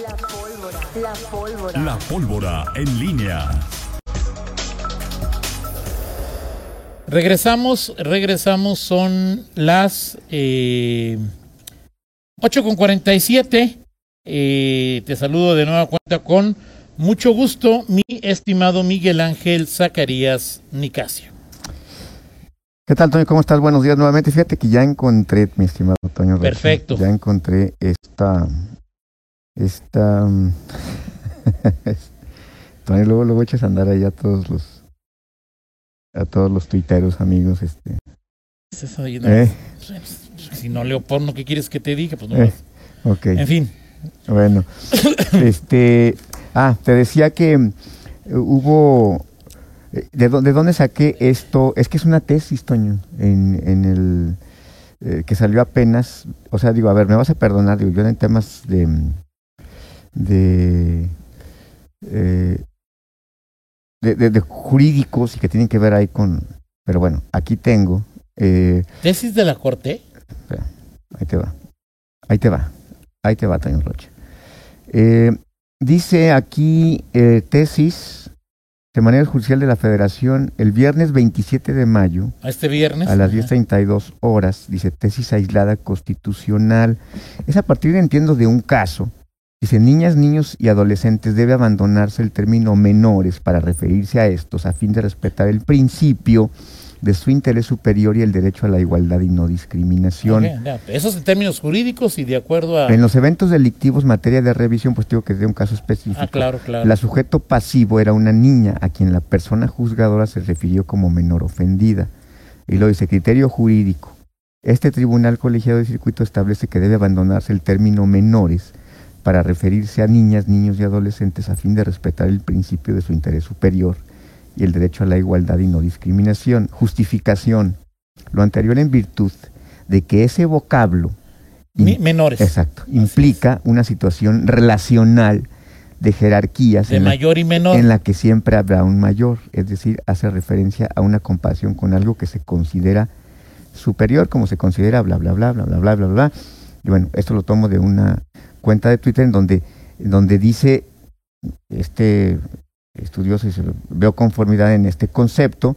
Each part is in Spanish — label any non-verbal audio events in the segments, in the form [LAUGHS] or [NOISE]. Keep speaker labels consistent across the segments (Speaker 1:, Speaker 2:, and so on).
Speaker 1: La pólvora. La pólvora.
Speaker 2: La pólvora en línea.
Speaker 3: Regresamos, regresamos, son las eh, 8.47. Eh, te saludo de nueva cuenta con mucho gusto, mi estimado Miguel Ángel Zacarías Nicasio.
Speaker 4: ¿Qué tal, Toño? ¿Cómo estás? Buenos días nuevamente. Fíjate que ya encontré, mi estimado Toño. Rocha,
Speaker 3: Perfecto.
Speaker 4: Ya encontré esta... Esta... [LAUGHS] Toño, luego, luego echas a andar ahí a todos los... A todos los tuiteros, amigos, este...
Speaker 3: Eso ahí no- pues,
Speaker 4: ¿Eh?
Speaker 3: Si no leo porno, ¿qué quieres que te diga? Pues no.
Speaker 4: Eh, ok.
Speaker 3: En fin,
Speaker 4: Bueno, este, ah, te decía que mm, hubo, eh, ¿de, dó- de dónde saqué esto? Es que es una tesis, Toño, en, en el, eh, que salió apenas, o sea, digo, a ver, me vas a perdonar, digo, yo en temas de, mm, de, eh, de, de- de jurídicos y que tienen que ver ahí con, pero bueno, aquí tengo, eh,
Speaker 3: tesis de la corte.
Speaker 4: Ahí te va. Ahí te va. Ahí te va, Toño Rocha. Eh, dice aquí eh, tesis Semanario Judicial de la Federación el viernes 27 de mayo
Speaker 3: A este viernes.
Speaker 4: a las
Speaker 3: Ajá.
Speaker 4: 10.32 horas. Dice tesis aislada constitucional. Es a partir, entiendo, de un caso. Dice, niñas, niños y adolescentes debe abandonarse el término menores para referirse a estos a fin de respetar el principio de su interés superior y el derecho a la igualdad y no discriminación.
Speaker 3: Ok, ya, Eso es en términos jurídicos y de acuerdo a.
Speaker 4: En los eventos delictivos, materia de revisión, pues digo que de un caso específico.
Speaker 3: Ah, claro, claro.
Speaker 4: La sujeto pasivo era una niña a quien la persona juzgadora se refirió como menor ofendida. Y lo dice criterio jurídico. Este tribunal colegiado de circuito establece que debe abandonarse el término menores para referirse a niñas, niños y adolescentes a fin de respetar el principio de su interés superior y el derecho a la igualdad y no discriminación. Justificación. Lo anterior en virtud de que ese vocablo
Speaker 3: Mi- menores.
Speaker 4: Exacto.
Speaker 3: es.
Speaker 4: Implica una situación relacional de jerarquías
Speaker 3: De
Speaker 4: en, la,
Speaker 3: mayor y menor.
Speaker 4: en la que siempre habrá un mayor, es decir, hace referencia a una compasión con algo que se considera superior, como se considera bla bla bla bla bla bla bla bla. Y bueno, esto lo tomo de una cuenta de Twitter en donde, en donde dice este estudioso dice, veo conformidad en este concepto.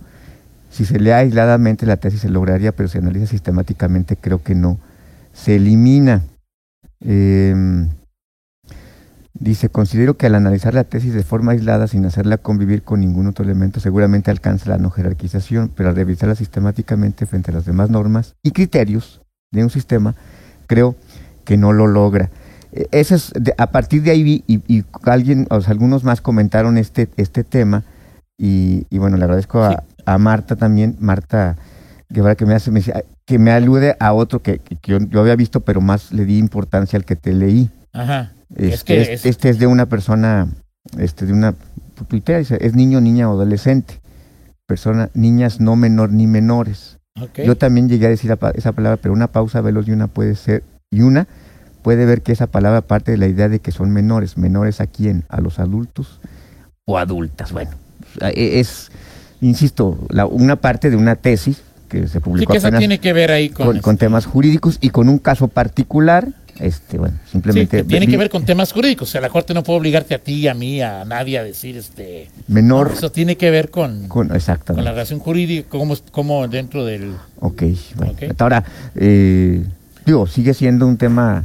Speaker 4: Si se lee aisladamente la tesis se lograría, pero se analiza sistemáticamente, creo que no se elimina. Em, dice, considero que al analizar la tesis de forma aislada, sin hacerla convivir con ningún otro elemento, seguramente alcanza la no jerarquización, pero al revisarla sistemáticamente frente a las demás normas y criterios de un sistema, creo que no lo logra. Eh, Ese es, de- a partir de ahí vi, y, y alguien, o sea, algunos más comentaron este, este tema, y, y bueno, le agradezco a,
Speaker 3: Sí.
Speaker 4: a Marta también, Marta Guevara, que me hace, me dice, que me alude a otro que, que- que yo, yo había visto, pero más le di importancia al que te leí.
Speaker 3: Ajá.
Speaker 4: Este,
Speaker 3: Es que
Speaker 4: este-
Speaker 3: es-
Speaker 4: este es de una persona, este, de una tuitera, dice, es niño, niña o adolescente. Persona, niñas no menor ni menores.
Speaker 3: ok.
Speaker 4: Yo también llegué a decir la pa- esa palabra, pero una pausa veloz y una puede ser, y una puede ver que esa palabra parte de la idea de que son menores. ¿Menores a quién? ¿A los adultos? O adultas, bueno. a- e- Es, insisto, la- una parte de una tesis que se
Speaker 3: Sí,
Speaker 4: publicó
Speaker 3: que eso
Speaker 4: apenas
Speaker 3: tiene que ver ahí con. este,
Speaker 4: con, con temas jurídicos y con un caso particular, este, bueno,
Speaker 3: Sí,
Speaker 4: simplemente
Speaker 3: que tiene
Speaker 4: vi-
Speaker 3: que ver con temas jurídicos. O sea, la corte no puede obligarte a ti, a mí, a nadie a decir este.
Speaker 4: menor,
Speaker 3: Eso tiene que ver con, con
Speaker 4: con,
Speaker 3: la
Speaker 4: exactamente.
Speaker 3: relación jurídica, como, como dentro del.
Speaker 4: Ok, bueno,
Speaker 3: Ok.
Speaker 4: hasta ahora, eh, digo, sigue siendo un tema,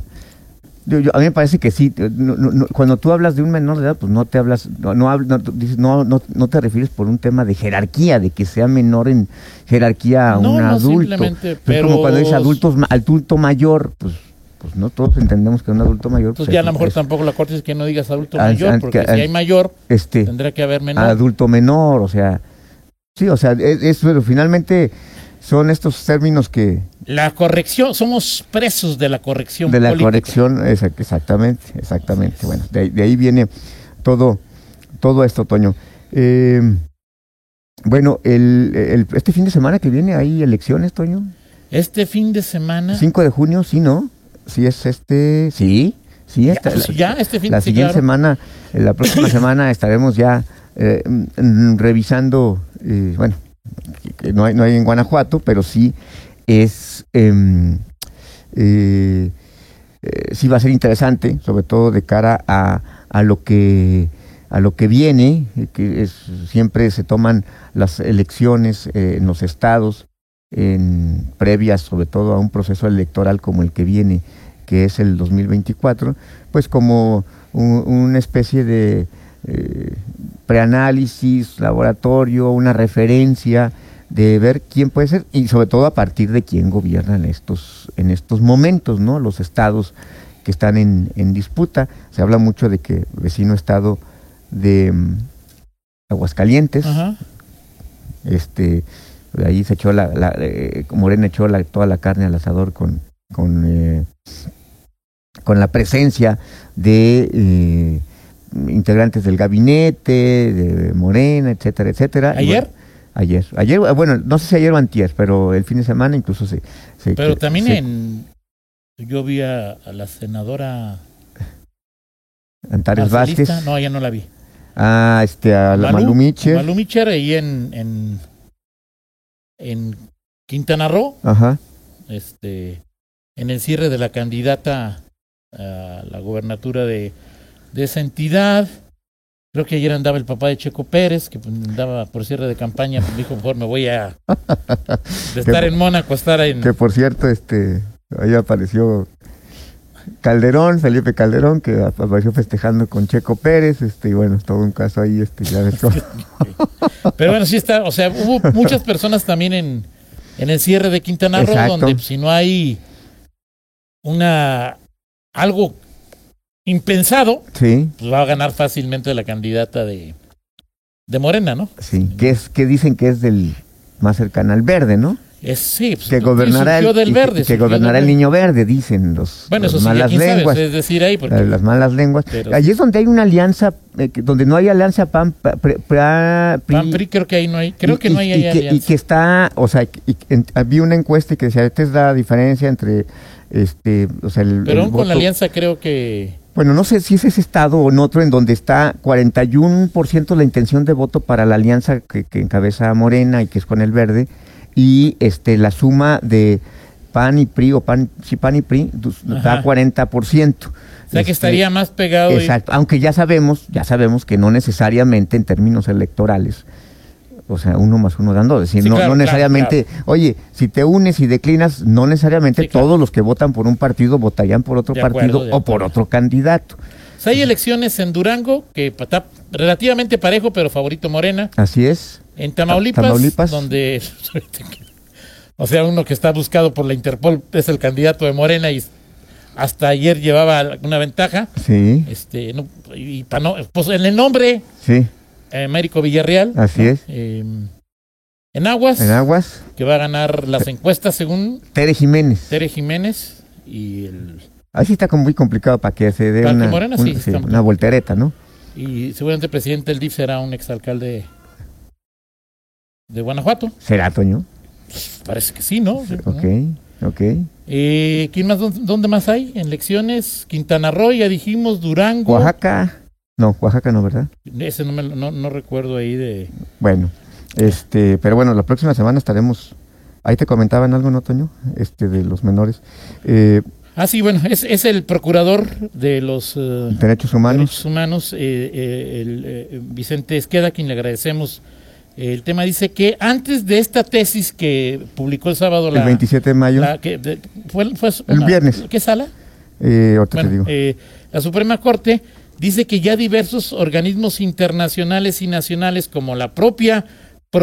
Speaker 4: digo, yo- a mí me parece que sí, eh, no- no- no, cuando tú hablas de un menor de edad, pues no te hablas, no, no, hab- no, dices, no, no, no te refieres por un tema de jerarquía, de que sea menor en jerarquía a
Speaker 3: No,
Speaker 4: un
Speaker 3: no,
Speaker 4: adulto.
Speaker 3: simplemente,
Speaker 4: Es como cuando dices
Speaker 3: pero-
Speaker 4: adultos, ma- adulto mayor, pues, pues no todos entendemos que un adulto mayor...
Speaker 3: Entonces,
Speaker 4: pues,
Speaker 3: ya a
Speaker 4: es-
Speaker 3: lo mejor
Speaker 4: es-
Speaker 3: tampoco la corte dice que no digas adulto
Speaker 4: Ah, ah,
Speaker 3: mayor, porque
Speaker 4: que-
Speaker 3: si
Speaker 4: ah,
Speaker 3: hay mayor,
Speaker 4: este,
Speaker 3: tendría que haber
Speaker 4: a
Speaker 3: menor.
Speaker 4: adulto menor, o sea, sí, o sea, es, es- pero finalmente son estos términos que
Speaker 3: La corrección, somos presos de la corrección.
Speaker 4: de la
Speaker 3: política.
Speaker 4: corrección, esa- exactamente, exactamente, bueno, de, ahí- de ahí viene todo, todo esto, Toño. Eh, bueno, el, el- este fin de semana que viene hay elecciones, Toño.
Speaker 3: Este fin de semana.
Speaker 4: 5 de junio, sí, ¿no? Sí es este, sí, sí,
Speaker 3: ya,
Speaker 4: esta-
Speaker 3: pues,
Speaker 4: la-
Speaker 3: ya, este fin
Speaker 4: la
Speaker 3: sí,
Speaker 4: siguiente
Speaker 3: claro.
Speaker 4: semana, eh,
Speaker 3: [COUGHS]
Speaker 4: la próxima semana estaremos ya eh, mm, mm, revisando, eh, bueno, que- que no hay, no hay en Guanajuato, pero sí es em, eh, eh, sí va a ser interesante, sobre todo de cara a, a lo que a lo que viene, eh, que es, siempre se toman las elecciones eh, en los estados, en previas sobre todo a un proceso electoral como el que viene, que es el 2024, pues como un- una especie de eh, preanálisis, laboratorio, una referencia de ver quién puede ser y sobre todo a partir de quién gobierna en estos, en estos momentos, ¿no? Los estados que están en, en disputa. Se habla mucho de que vecino estado de mm, Aguascalientes,
Speaker 3: Ajá.
Speaker 4: este de ahí se echó la, la, eh, Morena echó la- toda la carne al asador con con eh, con la presencia de eh, integrantes del gabinete de Morena etcétera etcétera Y
Speaker 3: ¿Ayer?
Speaker 4: bueno, ayer ayer eh, bueno no sé si ayer o antier pero el fin de semana incluso se, se-
Speaker 3: Pero
Speaker 4: se-
Speaker 3: también
Speaker 4: se-
Speaker 3: en... Yo vi a, a la senadora
Speaker 4: Antares Vázquez
Speaker 3: Marcelista. No, ella no la vi.
Speaker 4: a este a la
Speaker 3: Malú,
Speaker 4: Malú Miche,
Speaker 3: Malú Micher ahí en, en, en Quintana Roo,
Speaker 4: ajá
Speaker 3: este, en el cierre de la candidata a la gobernatura de, de esa entidad. Creo que ayer andaba el papá de Checo Pérez, que pues, andaba por cierre de campaña, pues, dijo, mejor me voy a... De estar en Mónaco, a estar en...
Speaker 4: que por cierto este ahí apareció Calderón, Felipe Calderón, que ap- apareció festejando con Checo Pérez, este, y bueno, es todo un caso ahí, este, ya ves
Speaker 3: [LAUGHS]
Speaker 4: cómo-
Speaker 3: Pero bueno, sí está, o sea, hubo
Speaker 4: [LAUGHS]
Speaker 3: muchas personas también en, en el cierre de Quintana Roo,
Speaker 4: Exacto.
Speaker 3: donde pues, si no hay una algo impensado,
Speaker 4: Sí,
Speaker 3: pues va a ganar fácilmente la candidata de, de Morena, ¿no?
Speaker 4: sí, que es, que dicen que es del más cercano al verde, ¿no?
Speaker 3: Es, sí, pues,
Speaker 4: Que
Speaker 3: sí,
Speaker 4: gobernará
Speaker 3: surgió
Speaker 4: el,
Speaker 3: del
Speaker 4: y que-
Speaker 3: verde.
Speaker 4: que
Speaker 3: surgió
Speaker 4: gobernará
Speaker 3: del
Speaker 4: el
Speaker 3: verde.
Speaker 4: niño verde, dicen los
Speaker 3: Bueno, eso
Speaker 4: las
Speaker 3: sí, ya
Speaker 4: malas
Speaker 3: quién sabe,
Speaker 4: lenguas.
Speaker 3: es decir, ahí, porque
Speaker 4: la de las malas lenguas.
Speaker 3: Pero-
Speaker 4: Allí es donde hay una alianza, eh, que- donde no hay alianza PAN, pa- pre- pra- pri-
Speaker 3: PAN, PRI, creo que ahí no hay, creo
Speaker 4: Y-
Speaker 3: que no
Speaker 4: y-
Speaker 3: hay,
Speaker 4: y
Speaker 3: ahí
Speaker 4: que- y
Speaker 3: alianza.
Speaker 4: que está, o sea, y- en- había una encuesta que decía, esta es la diferencia entre, este, o sea, el,
Speaker 3: Pero
Speaker 4: el
Speaker 3: aún con la
Speaker 4: voto-
Speaker 3: alianza creo que...
Speaker 4: Bueno, no sé si es ese estado o en otro en donde está 41% la intención de voto para la alianza que, que encabeza Morena y que es con el verde y este la suma de PAN y PRI o PAN, sí, PAN y PRI du- da
Speaker 3: Ajá.
Speaker 4: 40%.
Speaker 3: O sea, que
Speaker 4: este,
Speaker 3: estaría más pegado. y-
Speaker 4: Exacto, aunque ya sabemos, ya sabemos que no necesariamente en términos electorales, o sea, uno más uno dando, es decir,
Speaker 3: Sí,
Speaker 4: no,
Speaker 3: claro,
Speaker 4: no
Speaker 3: claro,
Speaker 4: necesariamente, oye, si te unes y declinas, no necesariamente
Speaker 3: Sí, claro.
Speaker 4: todos los que votan por un partido votarían por otro
Speaker 3: De acuerdo,
Speaker 4: partido
Speaker 3: de
Speaker 4: o por
Speaker 3: acuerdo.
Speaker 4: otro candidato.
Speaker 3: O sea, Pues hay elecciones en Durango, que pa- está relativamente parejo, pero favorito Morena.
Speaker 4: Así es.
Speaker 3: En Tamaulipas,
Speaker 4: Tamaulipas.
Speaker 3: donde... [LAUGHS] o sea, uno que está buscado por la Interpol es el candidato de Morena y hasta ayer llevaba una ventaja.
Speaker 4: Sí,
Speaker 3: Este, no, y pa' no- pues en el nombre, eh,
Speaker 4: sí,
Speaker 3: Américo Villarreal.
Speaker 4: así es.
Speaker 3: eh, en Aguas,
Speaker 4: Ah. En Aguas,
Speaker 3: que va a ganar las encuestas según
Speaker 4: Tere Jiménez.
Speaker 3: Tere Jiménez y el
Speaker 4: Ahí sí está como muy complicado para que se dé
Speaker 3: Para que
Speaker 4: una,
Speaker 3: Morena
Speaker 4: una-
Speaker 3: sí, está-
Speaker 4: una voltereta, ¿no?
Speaker 3: y seguramente el presidente del DIF será un exalcalde de Guanajuato.
Speaker 4: ¿Será, Toño?
Speaker 3: Parece que sí, ¿no?
Speaker 4: Ok, ok.
Speaker 3: Eh, ¿quién más? ¿Dónde, dónde más hay? En lecciones, Quintana Roo, ya dijimos, Durango.
Speaker 4: Oaxaca. No, Oaxaca no, ¿verdad?
Speaker 3: Ese no, me lo- no, no recuerdo ahí de...
Speaker 4: Bueno, este, pero bueno, la próxima semana estaremos. Ahí te comentaban algo, ¿no, Toño? Este, de los menores. Eh,
Speaker 3: Ah, sí, bueno, es, es el procurador de los eh,
Speaker 4: derechos humanos.
Speaker 3: derechos humanos, eh, eh, el, eh, Vicente Esqueda, a quien le agradecemos. El tema dice que antes de esta tesis que publicó el sábado la...
Speaker 4: el 27 de mayo.
Speaker 3: la que, de- fue, fue-
Speaker 4: El viernes.
Speaker 3: ¿Qué sala?
Speaker 4: eh, ahorita
Speaker 3: Bueno,
Speaker 4: te digo.
Speaker 3: eh, la Suprema Corte dice que ya diversos organismos internacionales y nacionales, como la propia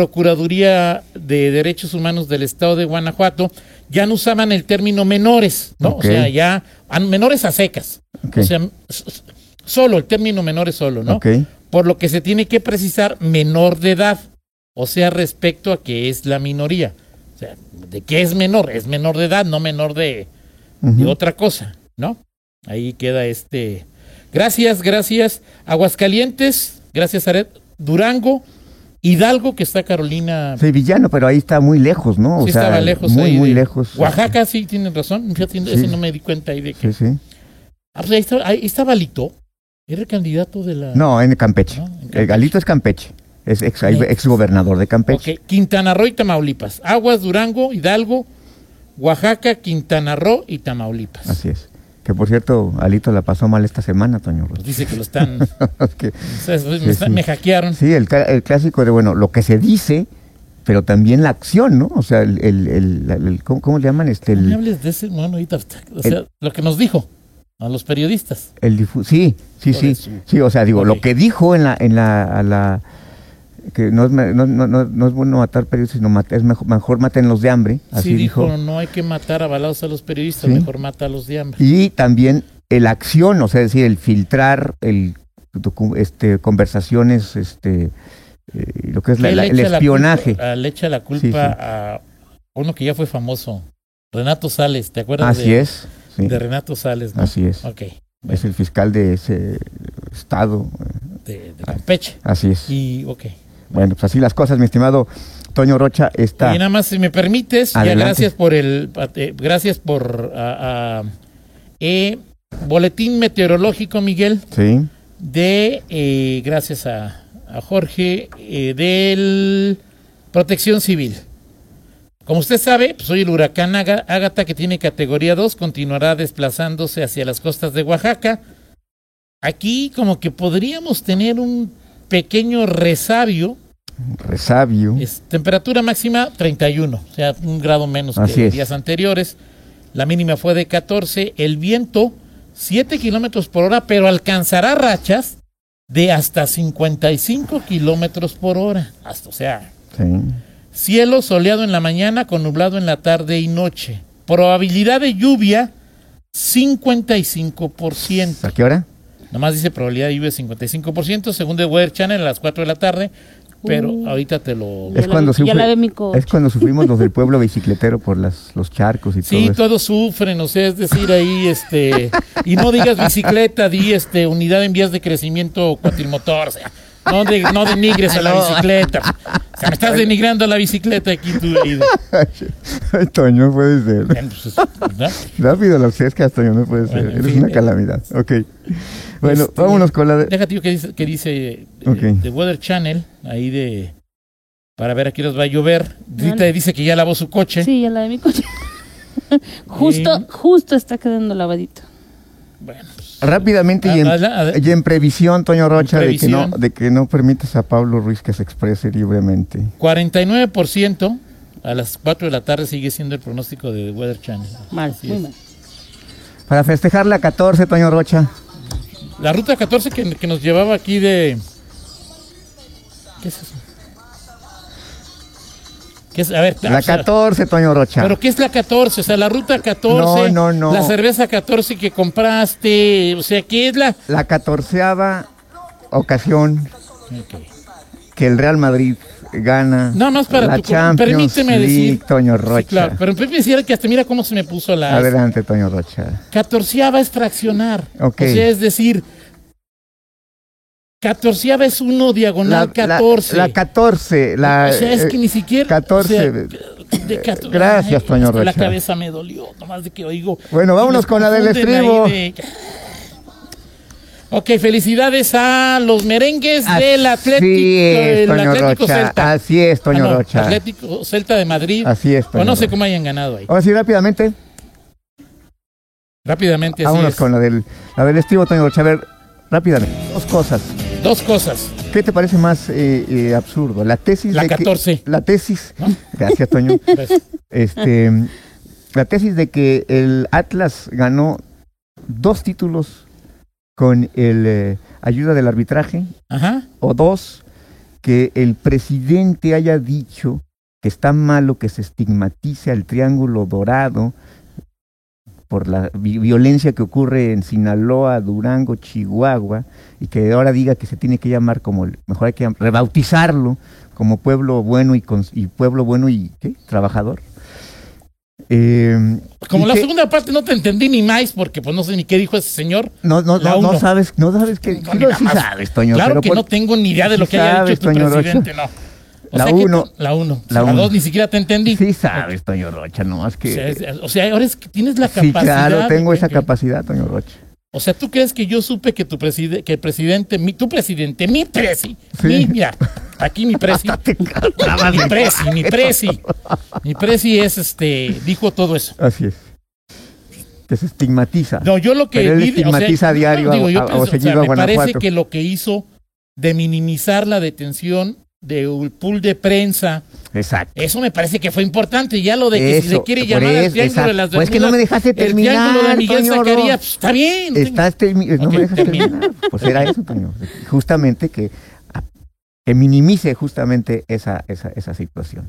Speaker 3: Procuraduría de Derechos Humanos del Estado de Guanajuato, ya no usaban el término menores, ¿no?
Speaker 4: Ok.
Speaker 3: O sea, ya an- menores a secas.
Speaker 4: Ok.
Speaker 3: O sea, s- s- solo, el término menores solo, ¿no?
Speaker 4: ok,
Speaker 3: Por lo que se tiene que precisar menor de edad, o sea, respecto a que es la minoría. O sea, ¿de qué es menor? Es menor de edad, no menor de,
Speaker 4: ujú.
Speaker 3: y otra cosa, ¿no? Ahí queda este. Gracias, gracias. Aguascalientes, gracias, Aret. Durango, Hidalgo, que está Carolina.
Speaker 4: Sí, villano, pero ahí está muy lejos, ¿no? O
Speaker 3: sí,
Speaker 4: sea,
Speaker 3: estaba lejos.
Speaker 4: Muy,
Speaker 3: ahí
Speaker 4: muy
Speaker 3: de-
Speaker 4: lejos.
Speaker 3: Oaxaca, sí, tienen razón. [LAUGHS] Fíjate,
Speaker 4: Sí.
Speaker 3: ese no me di cuenta ahí de que.
Speaker 4: Sí, sí.
Speaker 3: Ah, pues ahí estaba, ahí estaba Alito. Era el candidato de la.
Speaker 4: No, en Campeche.
Speaker 3: No, en Campeche.
Speaker 4: El Galito es Campeche. Es ex, gobernador de Campeche.
Speaker 3: Ok, Quintana Roo y Tamaulipas. Aguas, Durango, Hidalgo, Oaxaca, Quintana Roo y Tamaulipas.
Speaker 4: Así es. Que por cierto, Alito la pasó mal esta semana, Toño
Speaker 3: Pues
Speaker 4: Rocha.
Speaker 3: dice que lo están. [LAUGHS]
Speaker 4: [LAUGHS] Es que-
Speaker 3: o sea, me,
Speaker 4: Sí,
Speaker 3: están-
Speaker 4: sí.
Speaker 3: me hackearon.
Speaker 4: Sí, el, cla- el clásico de, bueno, lo que se dice, pero también la acción, ¿no? O sea, el, el- el- la- el- ¿cómo, cómo le llaman? Este,
Speaker 3: No me
Speaker 4: el,
Speaker 3: hables de ese, bueno, ahorita. O sea, lo que nos dijo a los periodistas.
Speaker 4: el difu- sí, sí,
Speaker 3: Por
Speaker 4: sí,
Speaker 3: eso.
Speaker 4: sí, o sea, digo,
Speaker 3: Ok.
Speaker 4: lo que dijo en la, en la, a la- que no es, ma- no, no- no- no es bueno matar periodistas, sino mat- es mejor, mejor matenlos de hambre, así
Speaker 3: sí,
Speaker 4: dijo.
Speaker 3: dijo, no hay que matar a balazos a los periodistas,
Speaker 4: Sí.
Speaker 3: mejor mata a los de hambre.
Speaker 4: Y también el acción, o sea, es decir, el filtrar, el docu- este, conversaciones, este, eh, lo que es la-
Speaker 3: Que
Speaker 4: la-
Speaker 3: le
Speaker 4: el
Speaker 3: echa la
Speaker 4: espionaje.
Speaker 3: culpa- ah, le echa la culpa
Speaker 4: Sí, sí.
Speaker 3: a uno que ya fue famoso, Renato Sales. ¿Te acuerdas
Speaker 4: Así
Speaker 3: de,
Speaker 4: es, sí,
Speaker 3: de Renato Sales? no?
Speaker 4: así es.
Speaker 3: Ok,
Speaker 4: Es el fiscal de ese estado.
Speaker 3: de, de Campeche.
Speaker 4: Así es.
Speaker 3: Y, ok.
Speaker 4: Bueno, pues así las cosas, mi estimado Toño Rocha. Está.
Speaker 3: Y nada más, si me permites, ya
Speaker 4: Adelante.
Speaker 3: gracias por el. eh, Gracias por. ah, ah, eh, boletín meteorológico, Miguel,
Speaker 4: Sí.
Speaker 3: de. eh, gracias a, a Jorge, eh, del. Protección Civil. Como usted sabe, pues hoy el huracán Aga- Ágata, que tiene categoría 2, continuará desplazándose hacia las costas de Oaxaca. Aquí, como que podríamos tener un pequeño resabio
Speaker 4: Resabio.
Speaker 3: es temperatura máxima 31, o sea, un grado menos
Speaker 4: Así
Speaker 3: que
Speaker 4: es.
Speaker 3: días anteriores. La mínima fue de 14. El viento, 7 kilómetros por hora, pero alcanzará rachas de hasta 55 kilómetros por hora. Hasta, o sea,
Speaker 4: Sí.
Speaker 3: cielo soleado en la mañana con nublado en la tarde y noche. Probabilidad de lluvia, 55%.
Speaker 4: ¿A qué hora?
Speaker 3: Nomás dice probabilidad de lluvia 55%, según The Weather Channel, a las 4 de la tarde. Pero
Speaker 5: Uh.
Speaker 3: ahorita te lo
Speaker 5: Ya
Speaker 4: Es
Speaker 5: la
Speaker 4: cuando
Speaker 5: vi- ya
Speaker 4: sufre-
Speaker 5: la ve mi coche.
Speaker 4: Es cuando
Speaker 5: [LAUGHS]
Speaker 4: sufrimos los del pueblo bicicletero por las, los charcos y
Speaker 3: Sí,
Speaker 4: todo eso.
Speaker 3: todos sufren, o sea, es decir, ahí, este, y no digas bicicleta, di, este, unidad en vías de crecimiento cuatrimotor, o sea, no, de, no denigres a la bicicleta, o sea, me estás denigrando a la bicicleta aquí tú, y-
Speaker 4: [LAUGHS] Ay, Toño, no puede
Speaker 3: [LAUGHS]
Speaker 4: ser.
Speaker 3: bueno, pues, ¿verdad?
Speaker 4: Rápido lo obsescas, Toño, no puede ser.
Speaker 3: Bueno, en
Speaker 4: Eres
Speaker 3: fin,
Speaker 4: una
Speaker 3: eh,
Speaker 4: calamidad. Ok. Bueno,
Speaker 3: Este,
Speaker 4: vámonos con la de.
Speaker 3: Déjate yo que dice, que dice
Speaker 4: Ok.
Speaker 3: eh, The Weather Channel, ahí de, para ver a qué nos va a llover, Rita dice que ya lavó su coche,
Speaker 5: Sí, ya la de mi coche. [LAUGHS] justo,
Speaker 3: Bien.
Speaker 5: justo está quedando lavadito.
Speaker 3: bueno, pues,
Speaker 4: Rápidamente y en,
Speaker 3: Adela- ade-
Speaker 4: y en previsión, Toño Rocha, de que, no,
Speaker 3: ah, previsión.
Speaker 4: de que no permitas a Pablo Ruiz que se exprese libremente.
Speaker 3: 49% a las 4 de la tarde sigue siendo el pronóstico de The Weather Channel.
Speaker 5: Mal,
Speaker 3: Así
Speaker 5: muy
Speaker 3: es.
Speaker 5: mal.
Speaker 4: Para festejar la 14, Toño Rocha.
Speaker 3: La ruta 14 que, que nos llevaba aquí de. ¿Qué es eso? ¿Qué es? A ver, o
Speaker 4: La
Speaker 3: sea,
Speaker 4: 14, Toño Rocha.
Speaker 3: ¿Pero qué es la 14? O sea, la ruta 14.
Speaker 4: No, no, no.
Speaker 3: La cerveza 14 que compraste. O sea, ¿qué es la.?
Speaker 4: La catorceava ocasión que el Real Madrid gana
Speaker 3: No, más para
Speaker 4: la
Speaker 3: tu.
Speaker 4: Champions
Speaker 3: permíteme
Speaker 4: Leag,
Speaker 3: decir.
Speaker 4: Toño
Speaker 3: Sí,
Speaker 4: Rocha.
Speaker 3: claro, pero permíteme decir que hasta mira cómo se me puso la.
Speaker 4: Adelante, Toño Rocha.
Speaker 3: Catorceava es fraccionar.
Speaker 4: Ok.
Speaker 3: O sea, es decir. Catorceava es uno diagonal 14.
Speaker 4: La, la 14, la
Speaker 3: o sea, es que
Speaker 4: eh,
Speaker 3: ni siquiera.
Speaker 4: 14.
Speaker 3: o sea, de 14.
Speaker 4: Gracias,
Speaker 3: Ay,
Speaker 4: Toño
Speaker 3: hasta La
Speaker 4: Rocha.
Speaker 3: cabeza me dolió, nomás de que oigo.
Speaker 4: Bueno,
Speaker 3: Y
Speaker 4: vámonos
Speaker 3: nos
Speaker 4: con la del
Speaker 3: confunden
Speaker 4: estribo.
Speaker 3: ahí de- Ok, felicidades a los merengues
Speaker 4: Así
Speaker 3: del Atlético,
Speaker 4: Ah, es,
Speaker 3: el
Speaker 4: Toño
Speaker 3: Atlético
Speaker 4: Rocha,
Speaker 3: Celta.
Speaker 4: así es, Toño
Speaker 3: Ah, no,
Speaker 4: Rocha.
Speaker 3: Atlético Celta de Madrid.
Speaker 4: Así es, Toño
Speaker 3: O no sé
Speaker 4: Rocha.
Speaker 3: cómo hayan ganado ahí.
Speaker 4: Ahora sí, rápidamente,
Speaker 3: Rápidamente, así
Speaker 4: vámonos
Speaker 3: es.
Speaker 4: con la del, la del estribo, Toño Rocha. A ver, rápidamente, dos cosas.
Speaker 3: Dos cosas.
Speaker 4: ¿Qué te parece más eh, eh, absurdo? La tesis
Speaker 3: La
Speaker 4: de que-
Speaker 3: 14.
Speaker 4: [LAUGHS] la tesis.
Speaker 3: ¿No? [LAUGHS]
Speaker 4: Gracias, Toño.
Speaker 3: Pues,
Speaker 4: Este, la tesis de que el Atlas ganó dos títulos con el eh, ayuda del arbitraje
Speaker 3: Ajá.
Speaker 4: o dos que el presidente haya dicho que está malo que se estigmatice al Triángulo Dorado por la vi- violencia que ocurre en Sinaloa, Durango, Chihuahua y que ahora diga que se tiene que llamar como el- mejor hay que llam- rebautizarlo como pueblo bueno y, cons- y pueblo bueno y ¿qué? trabajador. Eh,
Speaker 3: Como
Speaker 4: ¿y
Speaker 3: la
Speaker 4: qué?
Speaker 3: segunda parte no te entendí ni más porque pues no sé ni qué dijo ese señor.
Speaker 4: no, no,
Speaker 3: la
Speaker 4: no, no
Speaker 3: uno.
Speaker 4: sabes, no sabes que
Speaker 3: No,
Speaker 4: sí,
Speaker 3: ni
Speaker 4: lo-
Speaker 3: la
Speaker 4: sí
Speaker 3: más.
Speaker 4: sabes, Toño.
Speaker 3: Claro
Speaker 4: pero
Speaker 3: que
Speaker 4: por-
Speaker 3: no tengo ni idea de lo
Speaker 4: Sí
Speaker 3: que haya
Speaker 4: sabes,
Speaker 3: dicho tu
Speaker 4: Toño Rocha.
Speaker 3: presidente, no. O
Speaker 4: La
Speaker 3: sea que
Speaker 4: uno.
Speaker 3: tú- La uno.
Speaker 4: La
Speaker 3: La,
Speaker 4: uno.
Speaker 3: dos ni siquiera te entendí.
Speaker 4: Sí sabes, Toño Rocha, no es
Speaker 3: O sea,
Speaker 4: que
Speaker 3: es- o sea, ahora es que tienes la
Speaker 4: Sí,
Speaker 3: capacidad.
Speaker 4: claro, tengo
Speaker 3: de-
Speaker 4: esa
Speaker 3: que-
Speaker 4: capacidad, Toño Rocha. [LAUGHS]
Speaker 3: O sea, ¿tú crees que yo supe que tu preside, que el presidente, mi, tu presidente, mi presi,
Speaker 4: Sí.
Speaker 3: mi- mira, aquí
Speaker 4: [LAUGHS]
Speaker 3: mi presi, mi presi, mi presi, mi presi es este, dijo todo eso.
Speaker 4: Así es. que se estigmatiza.
Speaker 3: No, yo lo que
Speaker 4: Pero él
Speaker 3: vi- o
Speaker 4: estigmatiza
Speaker 3: sea,
Speaker 4: a diario
Speaker 3: digo,
Speaker 4: a-
Speaker 3: yo
Speaker 4: a- a-
Speaker 3: pienso,
Speaker 4: o seguido a
Speaker 3: me parece
Speaker 4: Guanajuato.
Speaker 3: que lo que hizo de minimizar la detención de un pool de prensa,
Speaker 4: Exacto.
Speaker 3: eso me parece que fue importante. Ya lo de que si
Speaker 4: Eso,
Speaker 3: le quiere
Speaker 4: por
Speaker 3: llamar al
Speaker 4: eso,
Speaker 3: triángulo
Speaker 4: exacto.
Speaker 3: de las
Speaker 4: Pues es que
Speaker 3: Bermudas,
Speaker 4: no me dejaste
Speaker 3: El triángulo de
Speaker 4: terminar,
Speaker 3: Miguel
Speaker 4: Toño
Speaker 3: Zacarías,
Speaker 4: Ross.
Speaker 3: pues, está bien. no tengo-
Speaker 4: Estás termi- no
Speaker 3: Ok,
Speaker 4: me dejas
Speaker 3: termina.
Speaker 4: terminar. Pues era eso, Toño. Justamente que, a- que minimice justamente esa, esa, esa situación.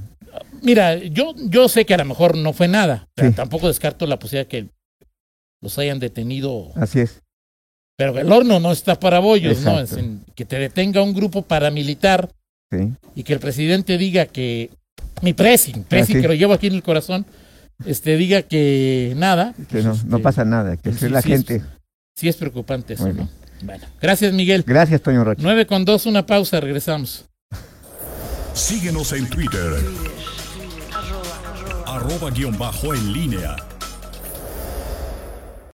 Speaker 3: Mira, yo, yo sé que a lo mejor no fue nada. O sea,
Speaker 4: Sí.
Speaker 3: Tampoco descarto la posibilidad que los hayan detenido.
Speaker 4: Así es.
Speaker 3: Pero el horno no está para bollos, ¿no?
Speaker 4: Exacto.
Speaker 3: Es en- que te detenga un grupo paramilitar
Speaker 4: Sí.
Speaker 3: y que el presidente diga que mi presi, presi
Speaker 4: sí.
Speaker 3: que lo llevo aquí en el corazón, este diga que nada.
Speaker 4: Que
Speaker 3: pues,
Speaker 4: no, no
Speaker 3: este,
Speaker 4: pasa nada, que
Speaker 3: sí,
Speaker 4: es la
Speaker 3: sí,
Speaker 4: gente.
Speaker 3: Sí es preocupante eso,
Speaker 4: Muy
Speaker 3: ¿no?
Speaker 4: bien.
Speaker 3: Bueno, gracias Miguel.
Speaker 4: Gracias, Toño Rocha.
Speaker 3: 9 con 2, una pausa, regresamos.
Speaker 2: Síguenos en Twitter. Arroba guión bajo en línea.